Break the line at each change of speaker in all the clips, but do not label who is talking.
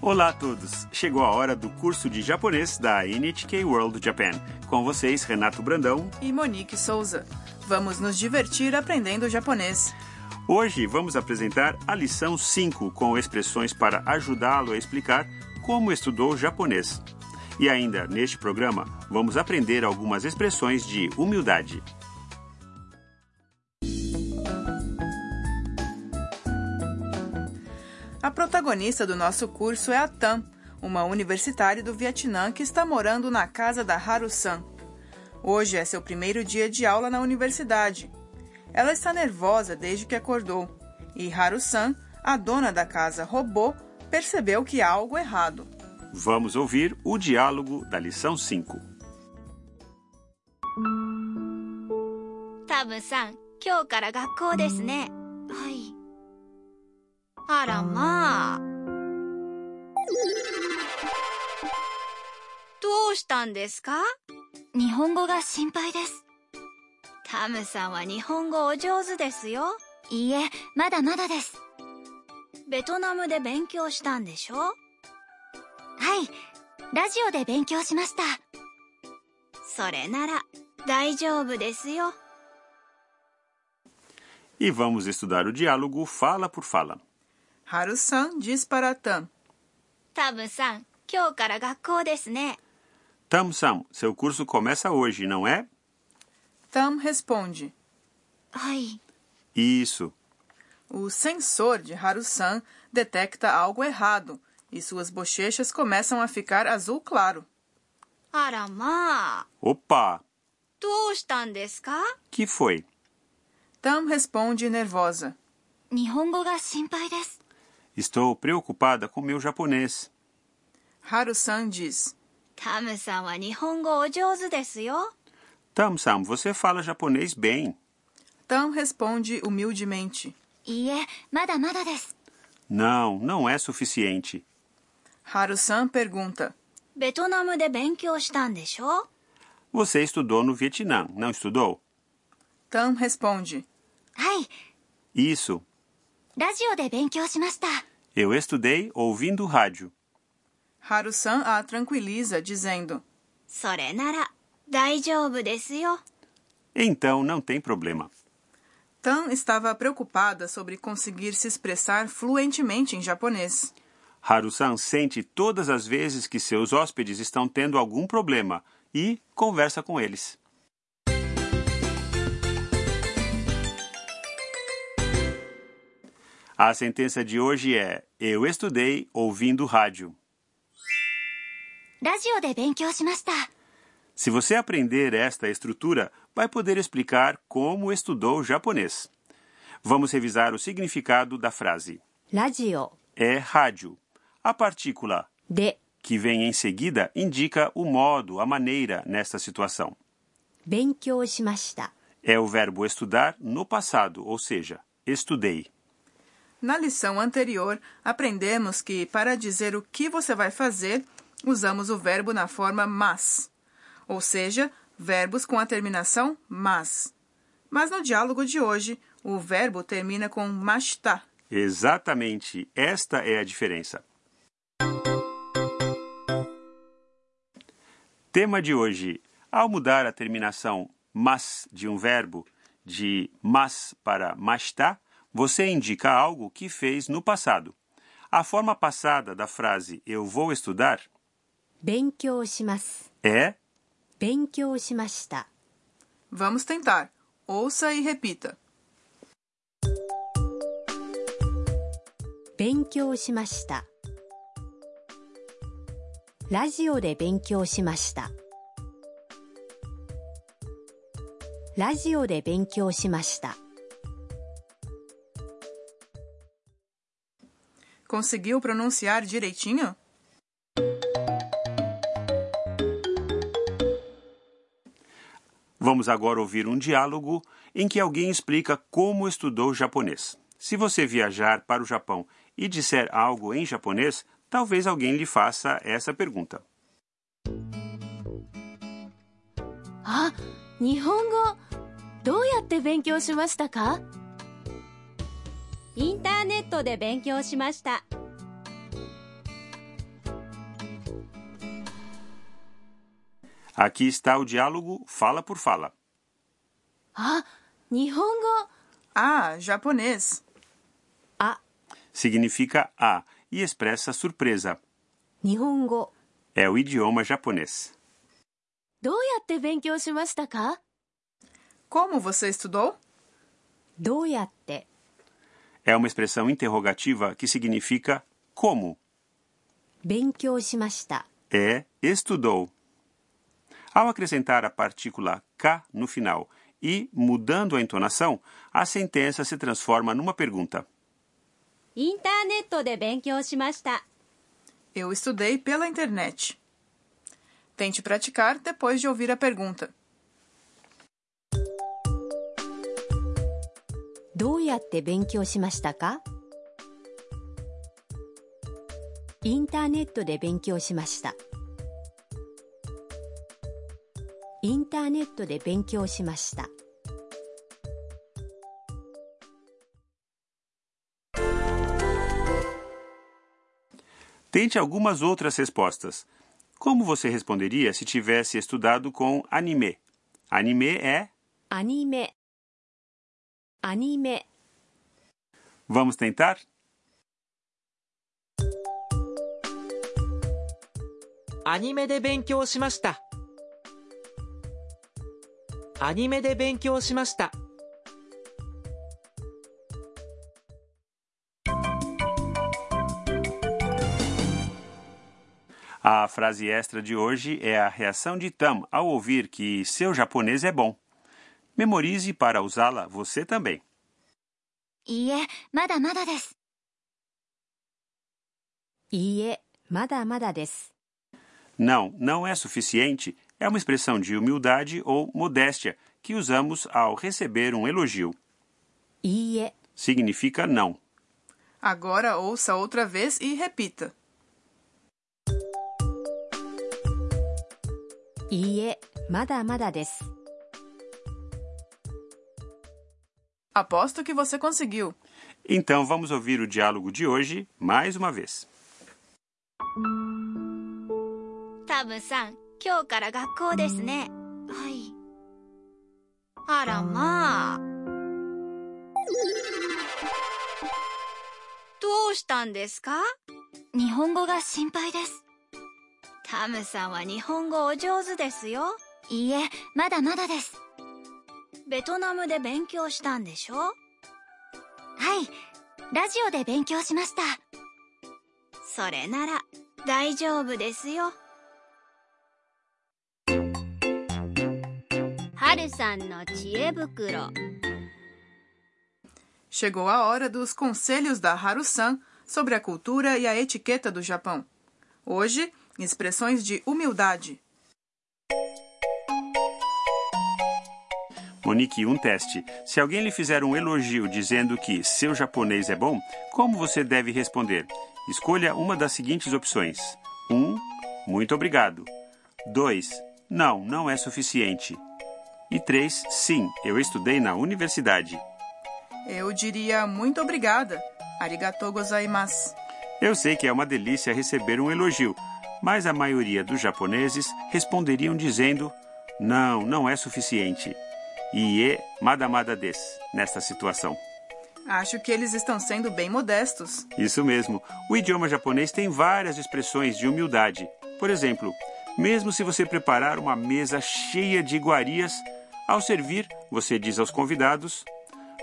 Olá a todos! Chegou a hora do curso de japonês da NHK World Japan. Com vocês, Renato Brandão.
e Monique Souza. Vamos nos divertir aprendendo japonês.
Hoje vamos apresentar a lição 5 com expressões para ajudá-lo a explicar como estudou japonês. E ainda neste programa, vamos aprender algumas expressões de humildade.
A protagonista do nosso curso é a Tam, uma universitária do Vietnã que está morando na casa da Haru-san. Hoje é seu primeiro dia de aula na universidade. Ela está nervosa desde que acordou e Haru-san, a dona da casa robô, percebeu que há algo errado.
Vamos ouvir o diálogo da lição 5.
タブさん今日から学校ですねはいあらまあどうしたんですか日本語が心配ですタムさんは日本語お上手ですよいいえまだまだですベトナムで勉強したんでしょはいラジオで勉強しましたそれなら大丈夫ですよ
E vamos estudar o diálogo fala por fala.
Haru-san diz para a Tam:
タブさん今日から学校ですね
Tam-san, seu curso começa hoje, não é?
Tam responde.
はい
Isso.
O sensor de Haru-san detecta algo errado e suas bochechas começam a ficar azul claro.
あらまあ
Opa!
どうしたんですか
Que foi?
Tam responde nervosa.
日本語が心配です
Estou preocupada com meu japonês.
Haru-san diz.
タムさんは日本語お上手ですよ
Tam-sam, você fala japonês bem.
Tam responde humildemente.
いいえまだまだです
Não, não é suficiente.
Haru-san pergunta.
ベトナムで勉強したんでしょ
Você estudou no Vietnã, não estudou?
Tam responde.
はい
Isso.
ラジオで勉強しました
Eu estudei ouvindo rádio.
Haru-san a tranquiliza, dizendo.
それなら大丈夫ですよ
Então não tem problema.
Tam estava preocupada sobre conseguir se expressar fluentemente em japonês.
Haru-san sente todas as vezes que seus hóspedes estão tendo algum problema e conversa com eles. A sentença de hoje é: Eu estudei ouvindo rádio.
ラジオで勉強しました
Se você aprender esta estrutura, vai poder explicar como estudou japonês. Vamos revisar o significado da frase.
ラジオ
É rádio. A partícula
で
que vem em seguida indica o modo, a maneira nesta situação.
勉強しました。
É o verbo estudar no passado, ou seja, estudei.
Na lição anterior, aprendemos que, para dizer o que você vai fazer, usamos o verbo na forma mas, ou seja, verbos com a terminação mas. Mas no diálogo de hoje, o verbo termina com tá. mashita.
Exatamente, esta é a diferença. Tema de hoje: ao mudar a terminação mas de um verbo de mas para mastá, você indica algo que fez no passado. A forma passada da frase eu vou estudar
勉強します。
é
勉強しました。
Vamos tentar. Ouça e repita.
勉強しました。ラジオで勉強しました。ラジオで勉強しました。
Conseguiu pronunciar direitinho?
Vamos agora ouvir um diálogo em que alguém explica como estudou japonês. Se você viajar para o Japão e disser algo em japonês, talvez alguém lhe faça essa pergunta.
あ日本語どうやって勉強しましたかインターネットで勉強しました
Aqui está o diálogo fala por fala.
あ、日本語。
Ah, japonês.
あ、
Significa a e expressa surpresa.
日本語、
É o idioma japonês.
どうやって勉強しましたか
Como você estudou?
どうやって、
É uma expressão interrogativa que significa como.
勉強しました。
É estudou. Ao acrescentar a partícula ka no final e mudando a entonação, a sentença se transforma numa pergunta.
インターネットで勉強しました。
Eu estudei pela internet. Tente praticar depois de ouvir a pergunta.
どうやって勉強しましたかインターネットで勉強しました。インターネットで勉強しました。
Tente algumas outras respostas. Como você responderia se tivesse estudado com anime? Anime é.
アニメ、アニメ、
Vamos tentar?
アニメで勉強しましたアニメで勉強しました
A frase extra de hoje é a reação de Tam ao ouvir que seu japonês é bom. Memorize para usá-la você também.
いいえまだまだです
いいえ、まだまだです。
Não, não é suficiente é uma expressão de humildade ou modéstia que usamos ao receber um elogio.
いいえ、
Significa não.
Agora ouça outra vez e repita.
いいえ、まだまだです。
Aposto que você conseguiu.
Então vamos ouvir o diálogo de hoje mais uma vez.
タムさん今日から学校ですねはいあらまあどうしたんですか日本語が心配ですタムさんは日本語お上手ですよいいえまだまだですベトナムで勉強したんでしょはいラジオで勉強しましたそれなら大丈夫ですよはるさんの知恵袋
Chegou a hora dos conselhos da Haru-san sobre a cultura e a etiqueta do Japão. Hoje, expressões de humildade.
Monique, um teste. Se alguém lhe fizer um elogio dizendo que seu japonês é bom, como você deve responder? Escolha uma das seguintes opções: 1. Um, muito obrigado. 2. Não, não é suficiente. E 3. Sim, eu estudei na universidade.
Eu diria muito obrigada. Arigatou gozaimasu.
Eu sei que é uma delícia receber um elogio, mas a maioria dos japoneses responderiam dizendo: Não, não é suficiente. Iie madamada des, nesta situação.
Acho que eles estão sendo bem modestos.
Isso mesmo. O idioma japonês tem várias expressões de humildade. Por exemplo, mesmo se você preparar uma mesa cheia de iguarias, ao servir, você diz aos convidados: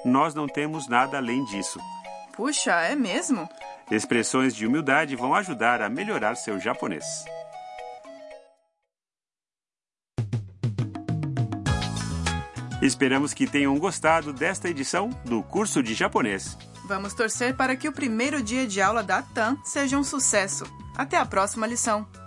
Nós não temos nada além disso.
Puxa, é mesmo?
Expressões de humildade vão ajudar a melhorar seu japonês. Esperamos que tenham gostado desta edição do curso de japonês.
Vamos torcer para que o primeiro dia de aula da TAM seja um sucesso. Até a próxima lição.